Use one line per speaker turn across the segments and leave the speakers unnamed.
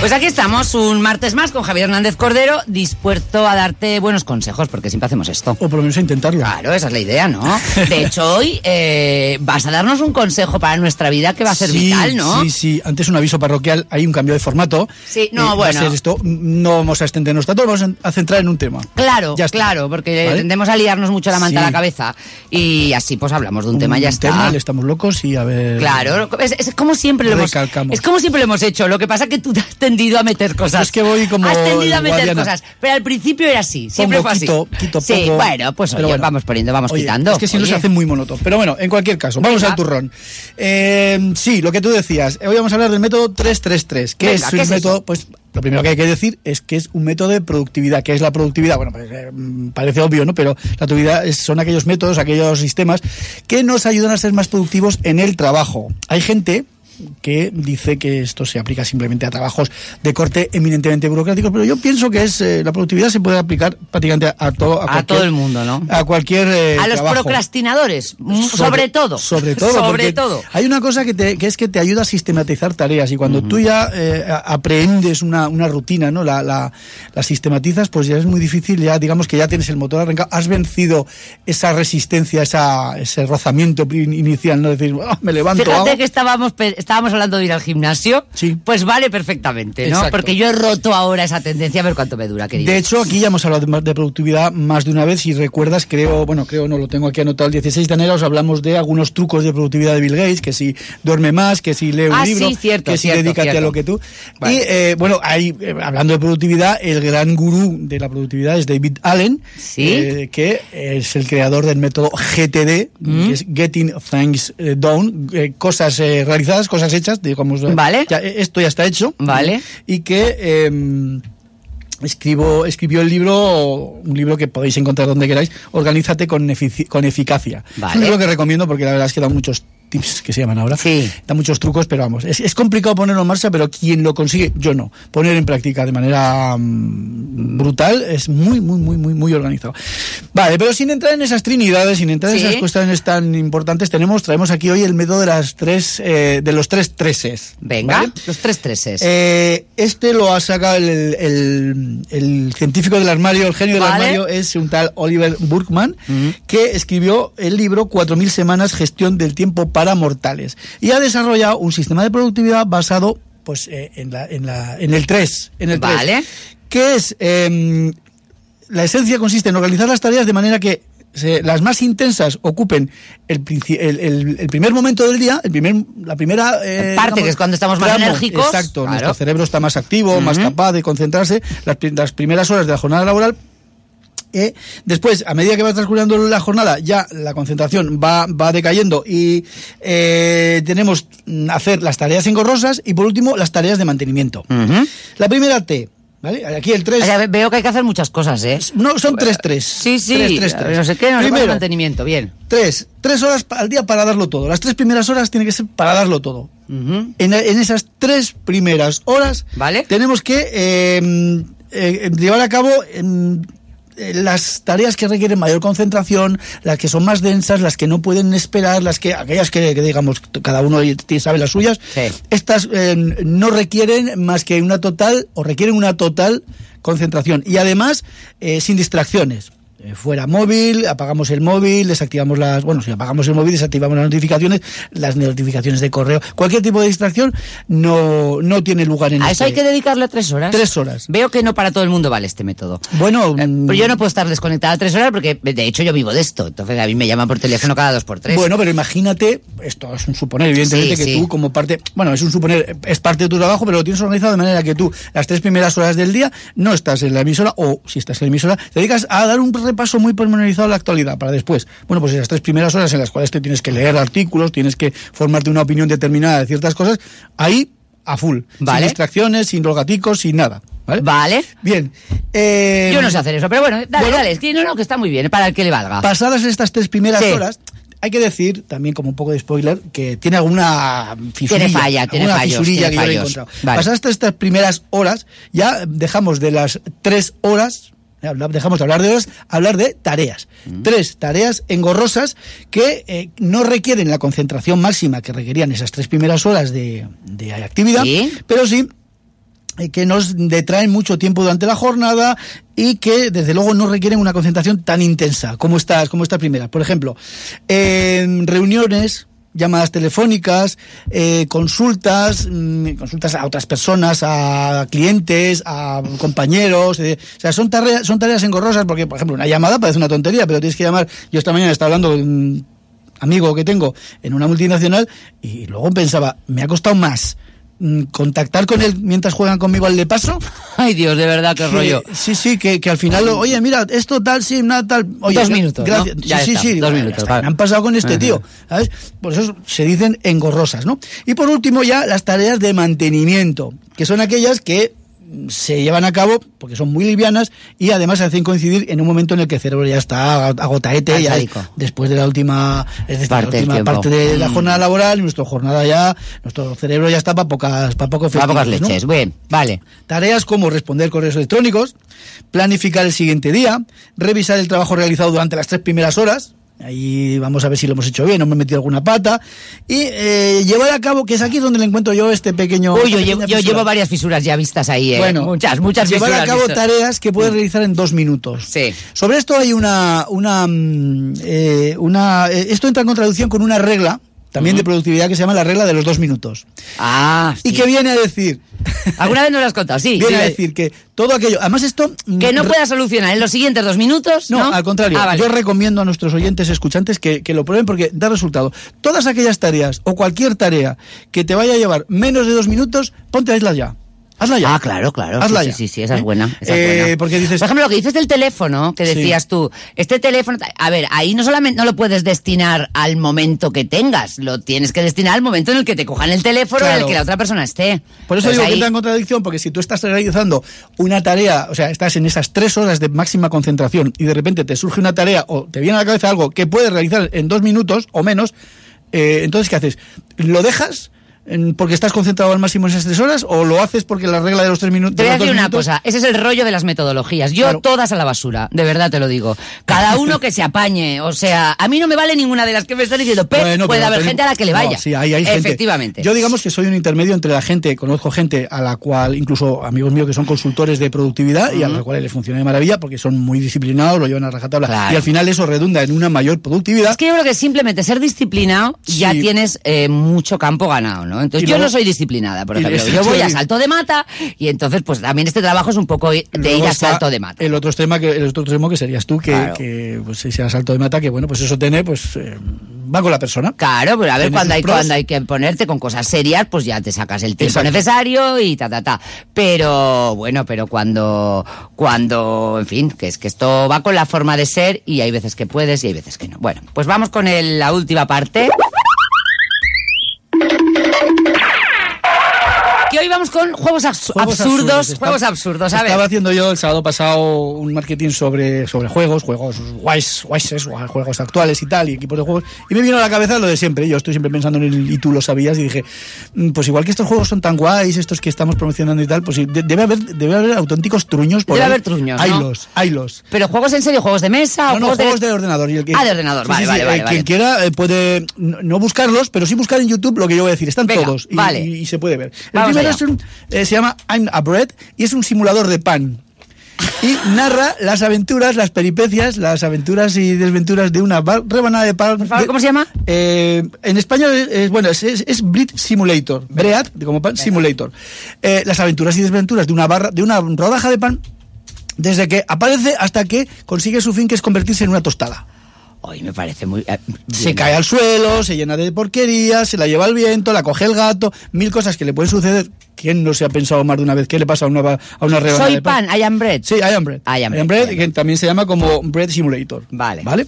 Pues aquí estamos un martes más con Javier Hernández Cordero, dispuesto a darte buenos consejos, porque siempre hacemos esto.
O por lo menos a intentarlo.
Claro, esa es la idea, ¿no? De hecho, hoy eh, vas a darnos un consejo para nuestra vida que va a ser
Sí,
vital, ¿no?
Sí, sí. Antes un aviso parroquial, hay un cambio de formato. Eh,
Sí, no,
va a
bueno.
ser esto, no vamos a extendernos tanto, vamos a centrar en un tema.
Claro,
Ya está.
claro, porque
¿Vale?
tendemos a liarnos mucho la manta a la
Sí.
cabeza y así pues hablamos de un, tema y ya está.
tema, le estamos locos y a ver...
Claro, es, es como siempre lo hemos,
Recalcamos.
es como siempre lo hemos hecho. Lo que pasa es que tú te has tendido a meter cosas.
Es que voy como
has tendido a
el
meter
Guadiana.
cosas, pero al principio era así, siempre
Pongo,
fue así.
quito, quito
sí,
poco.
bueno, pues
Pero
oye,
bueno.
vamos poniendo, vamos
Oye,
quitando.
Es que si no se
oye.
hace muy monótono. Pero bueno, en cualquier caso, vamos
Venga.
al turrón. Eh, sí, lo que tú decías. Hoy vamos a hablar del método 333. ¿Qué
Venga,
es
¿qué
un
es
método?
eso?
Pues lo primero que hay que decir es que es un método de productividad. ¿Qué es la productividad? Bueno, pues, eh, mm, parece obvio, ¿no? Pero la productividad es- son aquellos métodos, aquellos sistemas que nos ayudan a ser más productivos en el trabajo. Hay gente que dice que esto se aplica simplemente a trabajos de corte eminentemente burocrático, pero yo pienso que es eh, la productividad se puede aplicar prácticamente a todo a,
A
cualquier-
todo el mundo, ¿no?
A cualquier eh,
a los
trabajo.
procrastinadores, mm, sobre, todo.
Sobre todo.
Sobre
porque
todo.
Hay una cosa que, te- que es que te ayuda a sistematizar tareas y cuando tú ya eh, a- aprehendes una, una rutina, ¿no? La, la, la sistematizas, pues ya es muy difícil, ya digamos que ya tienes el motor arrancado, has vencido esa resistencia, esa, ese rozamiento pri- inicial, ¿no? Decir, "Ah, me levanto,
Fíjate
hago".
que estábamos, pe- estábamos hablando de ir al gimnasio.
Sí.
Pues vale perfectamente, ¿no?
Exacto.
Porque yo he roto ahora esa tendencia a ver cuánto me dura, querido.
De hecho, aquí ya hemos hablado de, de productividad más de una vez. Si recuerdas, creo, bueno, creo no lo tengo aquí anotado. El 16 de enero os hablamos de algunos trucos de productividad de Bill Gates, que si duerme más, que si lee un
Ah, sí,
libro,
cierto,
que si
cierto,
dedícate
cierto.
a lo que tú.
Vale.
Y eh, bueno, ahí, eh, hablando de productividad, el gran gurú de la productividad es David Allen,
Sí.
eh, que es el creador del método GTD,
Mm.
que es Getting Things eh, Done, eh, cosas eh, realizadas, cosas hechas, digamos. eh,
Vale.
ya, eh, esto ya está hecho.
Vale.
Y que... em, Escribo, escribió el libro, un libro que podéis encontrar donde queráis, Organízate con, efici- con eficacia. Es
Vale.
un libro que recomiendo porque la verdad es que da muchos tips que se llaman ahora.
Sí.
Da muchos trucos, pero vamos, es, es complicado ponerlo en marcha, pero quien lo consigue, yo no. Poner en práctica de manera mm, brutal es muy, muy, muy, muy, muy organizado. Vale, pero sin entrar en esas trinidades, sin entrar en
Sí.
esas cuestiones tan importantes, tenemos, traemos aquí hoy el método de las tres, eh, de los tres treses.
Venga,
¿vale?
los tres treses.
Eh, este lo ha sacado el, el- el científico del armario, el genio
Vale.
del armario, es un tal Oliver Burkman, que escribió el libro 4000 semanas gestión del tiempo para mortales. Y ha desarrollado un sistema de productividad basado pues, eh, en, la- en la- en el 3. En el tres.
Vale.
Que es... em, la esencia consiste en organizar las tareas de manera que se- las más intensas ocupen el, princi- el- el- el primer momento del día, el primer, la primera eh,
Parte, que es cuando estamos más enérgicos.
Exacto,
Claro.
nuestro cerebro está más activo, más capaz de concentrarse. Las, pri- las primeras horas de la jornada laboral. eh, después, a medida que va transcurriendo la jornada, ya la concentración va, va decayendo y eh, tenemos mm, hacer las tareas engorrosas y por último las tareas de mantenimiento.
Ujú.
La primera T, ¿vale? Aquí el 3.
O sea, ve- veo que hay que hacer muchas cosas, ¿eh?
No, son 3-3.
Sí, sí,
Tres, tres, tres.
no sé qué, no sé cuánto
Primero,
mantenimiento, bien.
tres. Tres horas pa- al día para darlo todo. Las tres primeras horas tiene que ser para darlo todo.
Ujú.
En, en esas tres primeras horas
Vale.
tenemos que eh, eh, llevar a cabo em, eh, las tareas que requieren mayor concentración, las que son más densas, las que no pueden esperar, las que aquellas que, que digamos cada uno t- sabe las suyas,
Sí.
estas eh, no requieren más que una total o requieren una total concentración y además eh, sin distracciones. Eh, Fuera móvil, apagamos el móvil, desactivamos las. Bueno, si apagamos el móvil, desactivamos las notificaciones, las notificaciones de correo. Cualquier tipo de distracción no, no tiene lugar en
A
este-
eso hay que dedicarle tres horas.
Tres horas.
Veo que no para todo el mundo vale este método.
Bueno,
Eh,
mm,
Pero yo no puedo estar desconectada tres horas porque, de hecho, yo vivo de esto. Entonces, a mí me llaman por teléfono cada dos por tres.
Bueno, pero imagínate, esto es un suponer, evidentemente,
Sí,
que
sí.
tú como parte, bueno, es un suponer, es parte de tu trabajo, pero lo tienes organizado de manera que tú las tres primeras horas del día no estás en la emisora, o si estás en la emisora, te dedicas a dar un repaso muy pormenorizado a la actualidad para después. Bueno, pues esas tres primeras horas en las cuales te tienes que leer artículos, tienes que formarte una opinión determinada de ciertas cosas, ahí a full,
Vale.
sin distracciones, sin los gaticos, sin nada. Vale.
Vale.
Bien. eh,
Yo no sé hacer eso, pero bueno, dale,
bueno.
dale, es que no, no, que está muy bien, para el que le valga.
Pasadas estas tres primeras
Sí.
horas, Hay que decir, también como un poco de spoiler, que tiene alguna fisurilla.
Tiene falla, tiene
alguna
fallos,
fisurilla
tiene
que yo le he
fallos.
encontrado.
Vale.
Pasadas estas primeras horas, ya dejamos de las tres horas, ya habla- dejamos de hablar de horas, a hablar de tareas.
Mm.
Tres tareas engorrosas que eh, no requieren la concentración máxima que requerían esas tres primeras horas de, de actividad,
Sí.
pero sí eh, que nos detraen mucho tiempo durante la jornada y que desde luego no requieren una concentración tan intensa como estas, como estas primeras. Por ejemplo, en reuniones, llamadas telefónicas, eh, consultas, mm, consultas a otras personas, a clientes, a compañeros, eh, o sea, son tareas, son tareas engorrosas porque, por ejemplo, una llamada parece una tontería, pero tienes que llamar, yo esta mañana estaba hablando con un amigo que tengo en una multinacional y luego pensaba, me ha costado más mm, contactar con él mientras juegan conmigo al de paso
Ay, Dios, de verdad, qué
que-
rollo.
Sí, sí, que, que al final, lo- oye, mira, esto tal, sí, nada, tal. Oye,
Dos
gra-
minutos, ¿no?
Gracias.
Ya
sí,
está,
sí, sí.
dos
bueno, ya
minutos,
está,
vale.
me han pasado con este
Ajá.
tío, ¿sabes? Por eso se dicen engorrosas, ¿no? Y por último, ya las tareas de mantenimiento, que son aquellas que mm, se llevan a cabo porque son muy livianas y además se hacen coincidir en un momento en el que el cerebro ya está agotaete ya
Cansadico.
después de la última es decir,
Parte
la
del
última
tiempo.
parte de la
Mm.
jornada laboral nuestra jornada ya nuestro cerebro ya está para pocas para pocos
Va a pocas
festivales, ¿no?
leches. Bien, vale.
Tareas como responder correos electrónicos, planificar el siguiente día, revisar el trabajo realizado durante las tres primeras horas. Ahí vamos a ver si lo hemos hecho bien, no me he metido alguna pata. Y eh, llevar a cabo, que es aquí donde le encuentro yo este pequeño.
Uy,
esta
yo,
pequeña
llevo, yo
fisura.
llevo varias fisuras ya vistas ahí, ¿eh?
Bueno,
muchas, muchas
Llevar
fisuras.
a cabo
vistas.
tareas que puedes realizar en dos minutos.
Sí.
Sobre esto hay una. una, mm, eh, una eh, esto entra en contradicción con una regla, también de productividad, que se llama la regla de los dos minutos.
Ah,
Y
sí.
que viene a decir.
Alguna vez nos lo has contado, sí.
Viene
sí,
a
sí.
decir que todo aquello. Además, esto. mm,
Que no
re-
pueda solucionar en los siguientes dos minutos.
No,
No,
al contrario.
Ah, vale.
Yo recomiendo a nuestros oyentes escuchantes que, que lo prueben porque da resultado. Todas aquellas tareas o cualquier tarea que te vaya a llevar menos de dos minutos, ponte a hazla ya. Hazla ya.
Ah, claro, claro.
Hazla
sí,
ya.
sí, sí, sí, esa es
¿Eh?
buena. esa es
Eh,
buena.
porque dices-
Por ejemplo, lo que dices del teléfono, que
Sí.
decías tú, este teléfono, a ver, ahí no solamente no lo puedes destinar al momento que tengas, lo tienes que destinar al momento en el que te cojan el teléfono en
Claro.
el que la otra persona esté.
Por
Entonces,
eso digo que
Pues ahí-
entra en contradicción, porque si tú estás realizando una tarea, o sea, estás en esas tres horas de máxima concentración y de repente te surge una tarea o te viene a la cabeza algo que puedes realizar en dos minutos o menos, eh, entonces, ¿qué haces? ¿Lo dejas? en- Porque estás concentrado al máximo en esas tres horas, o lo haces porque la regla de los tres minu-
Te
de
voy a
los dos minutos.
decir una cosa, ese es el rollo de las metodologías. Yo
Claro.
todas a la basura, de verdad te lo digo. Cada uno que se apañe, o sea, a mí no me vale ninguna de las que me están diciendo, pero
Bueno,
puede
pero
haber
tenemos-
gente a la que le
No,
vaya.
sí, hay- hay gente.
Efectivamente.
Yo digamos que soy un intermedio entre la gente, conozco gente a la cual, incluso amigos míos que son consultores de productividad y a los cuales les funciona de maravilla porque son muy disciplinados, lo llevan a rajatabla
Claro.
y al final eso redunda en una mayor productividad.
Es que yo creo que simplemente ser disciplinado ya
Sí.
tienes eh, mucho campo ganado, ¿no? Entonces
Y
yo
luego-
no soy disciplinada, por
y
ejemplo.
eso
Yo
te
voy
iba
a
a decir.
salto de mata y entonces pues también este trabajo es un poco de
Luego
ir a
está
salto de mata.
El otro extremo que, el otro extremo que serías tú, que,
Claro.
que, pues, si sea salto de mata, que bueno, pues eso tiene, pues eh, va con la persona.
Claro, pero a ver,
Tiene
cuando
sus
hay,
pros.
cuando hay que ponerte con cosas serias, pues ya te sacas el tiempo
Exacto.
necesario y ta, ta, ta. Pero, bueno, pero cuando, cuando, en fin, que es que esto va con la forma de ser y hay veces que puedes y hay veces que no. Bueno, pues vamos con el- la última parte. Que hoy vamos con juegos, abs-
Juegos
absurdos,
Está-
juegos absurdos, a ver.
Estaba haciendo yo el sábado pasado un marketing sobre, sobre juegos, juegos guays, guayses, guay- juegos actuales y tal, y equipos de juegos. Y me vino a la cabeza lo de siempre. Yo estoy siempre pensando en el y tú lo sabías, y dije, "Mm, pues igual que estos juegos son tan guays, estos que estamos promocionando y tal, pues sí, de- debe, haber, debe haber auténticos truños por
Debe
ahí.
haber truños,
Hay
¿no?
los, hay los.
Pero juegos en serio, juegos de mesa o
No, no,
juegos,
juegos
de...
de ordenador. Y el que-
Ah, de ordenador, vale, vale,
eh,
vale,
Quien
vale.
quiera eh, puede no no buscarlos, pero sí buscar en YouTube lo que yo voy a decir. Están
Venga,
todos y,
vale.
y- y se puede ver. El
Vamos
primero
allá.
es un- eh, se llama I'm a Bread y es un simulador de pan. Y narra las aventuras, las peripecias, las aventuras y desventuras de una bar- rebanada de pan.
favor,
de-
¿cómo se llama?
eh, en español es, es- bueno, es, es, es Bread Simulator. Bread, como pan, Simulator. Eh, las aventuras y desventuras de una barra, de una rodaja de pan desde que aparece hasta que consigue su fin, que es convertirse en una tostada.
Hoy me parece muy... eh,
Se cae al suelo, se llena de porquería, se la lleva el viento, la coge el gato, mil cosas que le pueden suceder. ¿Quién no se ha pensado más de una vez qué le pasa a una, ba- a una rebanada
Soy
de pan?
pan, I am bread.
Sí, I am bread.
I am bread, I am
que
bread.
también se llama como bread simulator.
Vale.
¿Vale?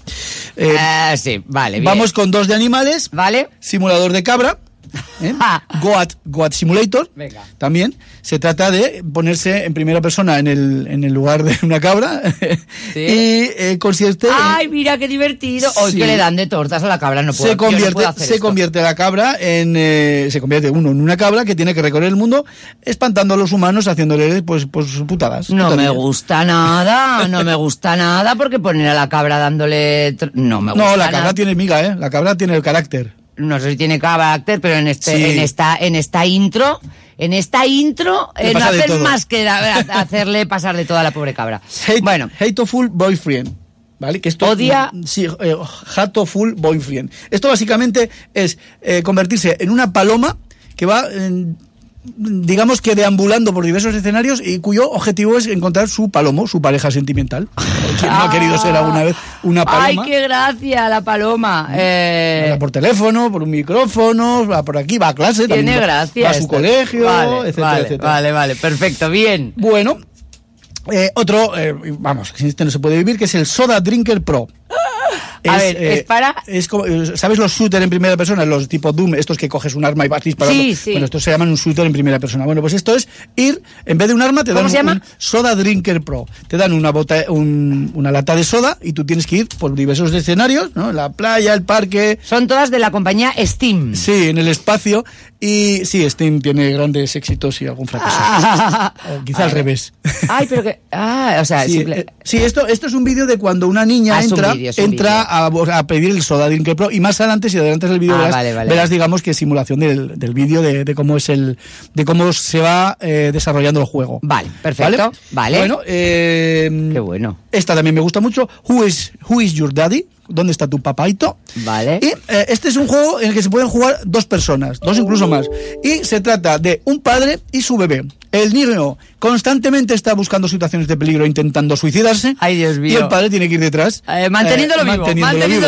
Eh,
Ah, sí, vale. bien.
vamos con dos de animales,
¿Vale?
simulador de cabra ¿eh? Goat, Goat Simulator.
Ah. Venga.
También se trata de ponerse en primera persona en el, en el lugar de una cabra
Sí.
y eh, consiste en-
Ay, mira qué divertido. Hoy
Sí.
que le dan de tortas a la cabra, no puedo.
se
yo no puedo
convierte,
hacer
se
esto.
convierte la cabra en eh, se convierte uno en una cabra que tiene que recorrer el mundo espantando a los humanos haciéndole pues pues putadas.
No me
putadillas.
gusta nada, no me gusta nada porque poner a la cabra dándole. tr- No me gusta.
No, la cabra
nada.
tiene miga, eh. La cabra tiene el carácter.
No sé si tiene carácter, pero en, este,
Sí.
en, esta, en esta intro. En esta intro
Le
eh, no
pasa de
hacer
todo.
más que da- a- hacerle pasar de toda la pobre cabra.
Hate-
Bueno,
Hateful Boyfriend. ¿Vale? Que esto,
Odia-
Sí, eh, Hateful Boyfriend. Esto básicamente es eh, convertirse en una paloma que va, eh, digamos que deambulando por diversos escenarios y cuyo objetivo es encontrar su palomo, su pareja sentimental. ¿Quién no ha querido ser alguna vez una paloma?
Ay, qué gracia la paloma. Eh,
Habla por teléfono, por un micrófono, va por aquí, va a clase,
tiene
también va-
gracia.
va a su
esto.
colegio,
Vale,
etcétera,
vale,
etcétera.
Vale, vale, perfecto, bien.
Bueno, eh, otro, eh, vamos, que sin este no se puede vivir, que es el Soda Drinker Pro.
A ver, es para-
es como, eh, ¿Sabes los shooters en primera persona? Los tipo Doom, estos que coges un arma y vas disparando.
Sí, sí.
Bueno, estos se llaman un shooter en primera persona. Bueno, pues esto es ir, en vez de un arma, te
¿Cómo
dan
se
un-
llama?
un Soda Drinker Pro. Te dan una, bota, un- una lata de soda y tú tienes que ir por diversos escenarios, ¿no? La playa, el parque,
Son todas de la compañía Steam.
Sí, en el espacio. Y sí, Steam tiene grandes éxitos y algún fracaso. O quizá al revés.
Ay, pero que. Ah, o sea,
Sí,
simple-
eh, sí, esto, esto es un vídeo de cuando una niña
Ah, es un
entra,
vídeo, es un
entra a, a pedir el soda Drinker Pro y más adelante, si adelantas el vídeo,
Ah,
verás,
vale, vale.
verás, digamos que simulación del, del vídeo de, de cómo es el, de cómo se va eh, desarrollando el juego.
Vale, perfecto, vale.
Bueno, eh,
Qué bueno.
esta también me gusta mucho. Who is, who is your daddy? ¿Dónde está tu papaito?
Vale.
Y eh, este es un juego en el que se pueden jugar dos personas, dos incluso más. Y se trata de un padre y su bebé. El niño constantemente está buscando situaciones de peligro, intentando suicidarse.
Ay, Dios mío.
Y el padre tiene que ir detrás.
Eh, manteniéndolo vivo, manteniéndolo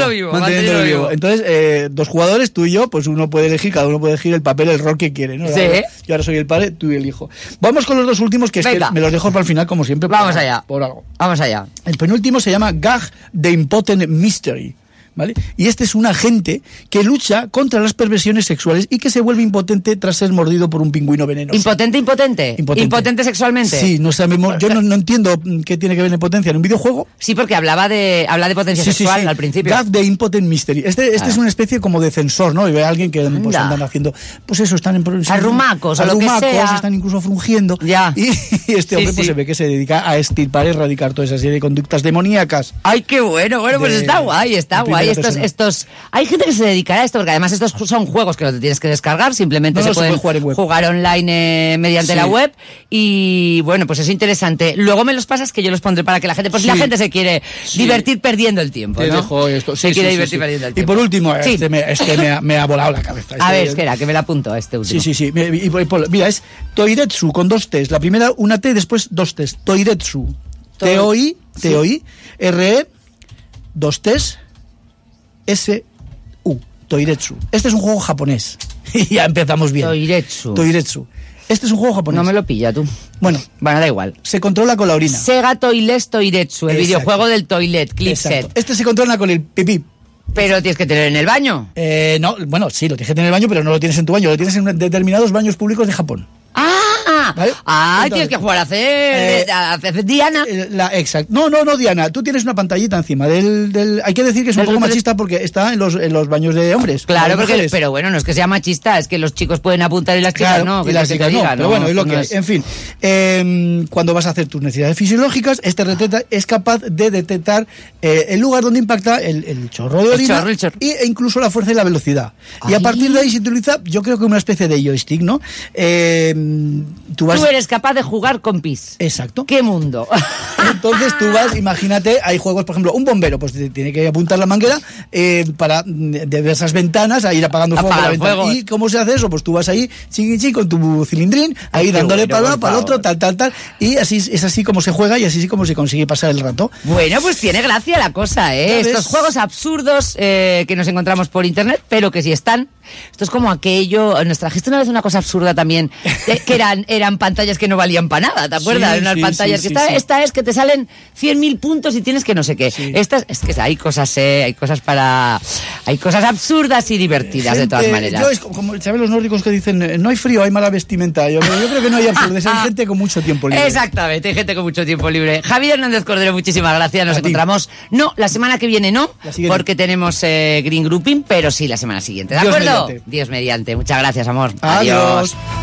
vivo,
manteniéndolo
manteniéndolo
vivo.
vivo.
Entonces, eh, dos jugadores, tú y yo, pues uno puede elegir, cada uno puede elegir el papel, el rol que quiere. ¿no?
Sí.
Yo ahora soy el padre, tú y el hijo. Vamos con los dos últimos, que, es que
Venga.
me los dejo para el final, como siempre. por-
Vamos allá.
Por algo.
Vamos allá.
El penúltimo se llama Gag the Impotent Mystery. ¿Vale? Y este es un agente que lucha contra las perversiones sexuales y que se vuelve impotente tras ser mordido por un pingüino venenoso.
Impotente, impotente.
Impotente.
sexualmente.
Sí, no sabemos, yo no, no entiendo mm, qué tiene que ver la impotencia en un videojuego.
Sí, porque hablaba de, habla de potencia
Sí, sí,
sexual
sí.
al principio.
Gag the Impotent Mystery. Este, este
Claro.
es una especie como de censor, ¿no? Y ve a alguien que pues,
Anda.
andan haciendo, pues eso, están en
Arrumacos, o lo que
arrumacos,
sea.
están incluso frungiendo.
Ya.
Y, y
Sí,
este hombre pues,
sí.
se ve que se dedica a extirpar y erradicar toda esa serie de conductas demoníacas.
Ay, qué bueno. Bueno, pues
De-
está guay, está
en primera
guay. Estos,
persona.
estos, hay gente que se dedicará a esto, porque además estos son juegos que no te tienes que descargar, simplemente
No,
se
no, se
pueden
puede jugar en web.
online eh, mediante
Sí.
la web. Y bueno, pues es interesante. Luego me los pasas que yo los pondré para que la gente, pues si la
Sí.
gente se quiere
Sí.
divertir perdiendo el tiempo,
Te
¿no?
dejo esto.
se
Sí,
quiere
sí, sí,
divertir
sí.
perdiendo el
Y
tiempo.
por último,
Sí.
este, me, este me ha, me ha volado la cabeza.
A
Este-
ver, espera, que me lo apunto a este último.
Sí, sí, sí. Me- y por- por- mira, es Toiretsu con dos T's. La primera, una T y después dos T's. Toiretsu.
To-
T-O-I,
Sí.
T-O-I, R-E, dos T's, S-U. Toiretsu. Este es un juego japonés. ya empezamos bien.
Toiretsu.
Toiretsu. Este es un juego japonés.
No me lo pilla tú.
Bueno,
Bueno, da igual.
se controla con la orina.
Sega Toilet Toiretsu, el
Exacto.
videojuego del toilet, clip
Exacto.
set.
Este se controla con el pipí.
Pero tienes que tener en el baño.
Eh, no, bueno, sí, lo tienes que tener en el baño, pero no lo tienes en tu baño, lo tienes en un- determinados baños públicos de Japón.
¡Ah!
¿Vale?
¡Ah! tienes
Entonces,
que jugar a hacer,
eh,
a hacer Diana.
Eh, La, exacto. No, no, no, Diana, tú tienes una pantallita encima del... del- hay que decir que es un
Del
poco
otro-
machista porque está en los, en los baños de hombres. no
claro,
de
porque,
mujeres.
pero bueno, no es que sea machista, es que los chicos pueden apuntar y las chicas
Claro,
no. que
y
es lo
las
que
chicas
te
no,
diga,
pero bueno, es lo
no
que hay. En fin, eh, cuando vas a hacer tus necesidades fisiológicas, este reteta es capaz de detectar eh, el lugar donde impacta el, el chorro de
El
orina
chorro, el chorro.
Y, e incluso la fuerza y la velocidad. Y a
Ay.
partir de ahí se utiliza, yo creo que una especie de joystick, ¿no? Eh, tú vas...
Tú eres capaz de jugar con pis.
Exacto.
¡Qué mundo!
Entonces tú vas, imagínate, hay juegos, por ejemplo, un bombero, pues te- tiene que apuntar la manguera eh, para mm, de esas ventanas a ir apagando el fuego.
Apagar
por la
el
ventana.
fuego. eh.
¿Y cómo se hace eso? Pues tú vas ahí, chingui ching, con tu cilindrín, ahí
qué bueno,
dándole
eh.
para un lado,
por
para el otro,
favor.
tal, tal, tal. Y así es- es así como se juega y así es como se consigue pasar el rato.
Bueno, pues tiene gracia la cosa, ¿eh?
Ya ves.
Estos juegos absurdos eh, que nos encontramos por internet, pero que sí están. Esto es como aquello. Nos trajiste una vez una cosa absurda también, eh, que eran, eran eran pantallas que no valían para nada, ¿te acuerdas?
Sí,
Unas
sí,
pantallas
sí,
que
sí,
esta,
sí.
esta es que te salen 100.000 puntos y tienes que no sé qué.
Sí.
Estas es que hay cosas, eh, hay cosas para hay cosas absurdas y divertidas de todas
Gente-
maneras.
Em, eh, Yo es como- como ¿sabes los nórdicos que dicen eh, no hay frío, hay mala vestimenta. Yo, yo creo que no hay absurdez, hay gente con mucho tiempo libre.
Exactamente, hay gente con mucho tiempo libre. Javier Hernández Cordero, muchísimas gracias. Nos
A ti.
encontramos, no, la semana que viene no,
La siguiente.
porque tenemos eh, Green Grouping, pero sí la semana siguiente. ¿De
Dios
acuerdo?
mediante.
Dios mediante. Muchas gracias, amor.
Adiós.
Adiós.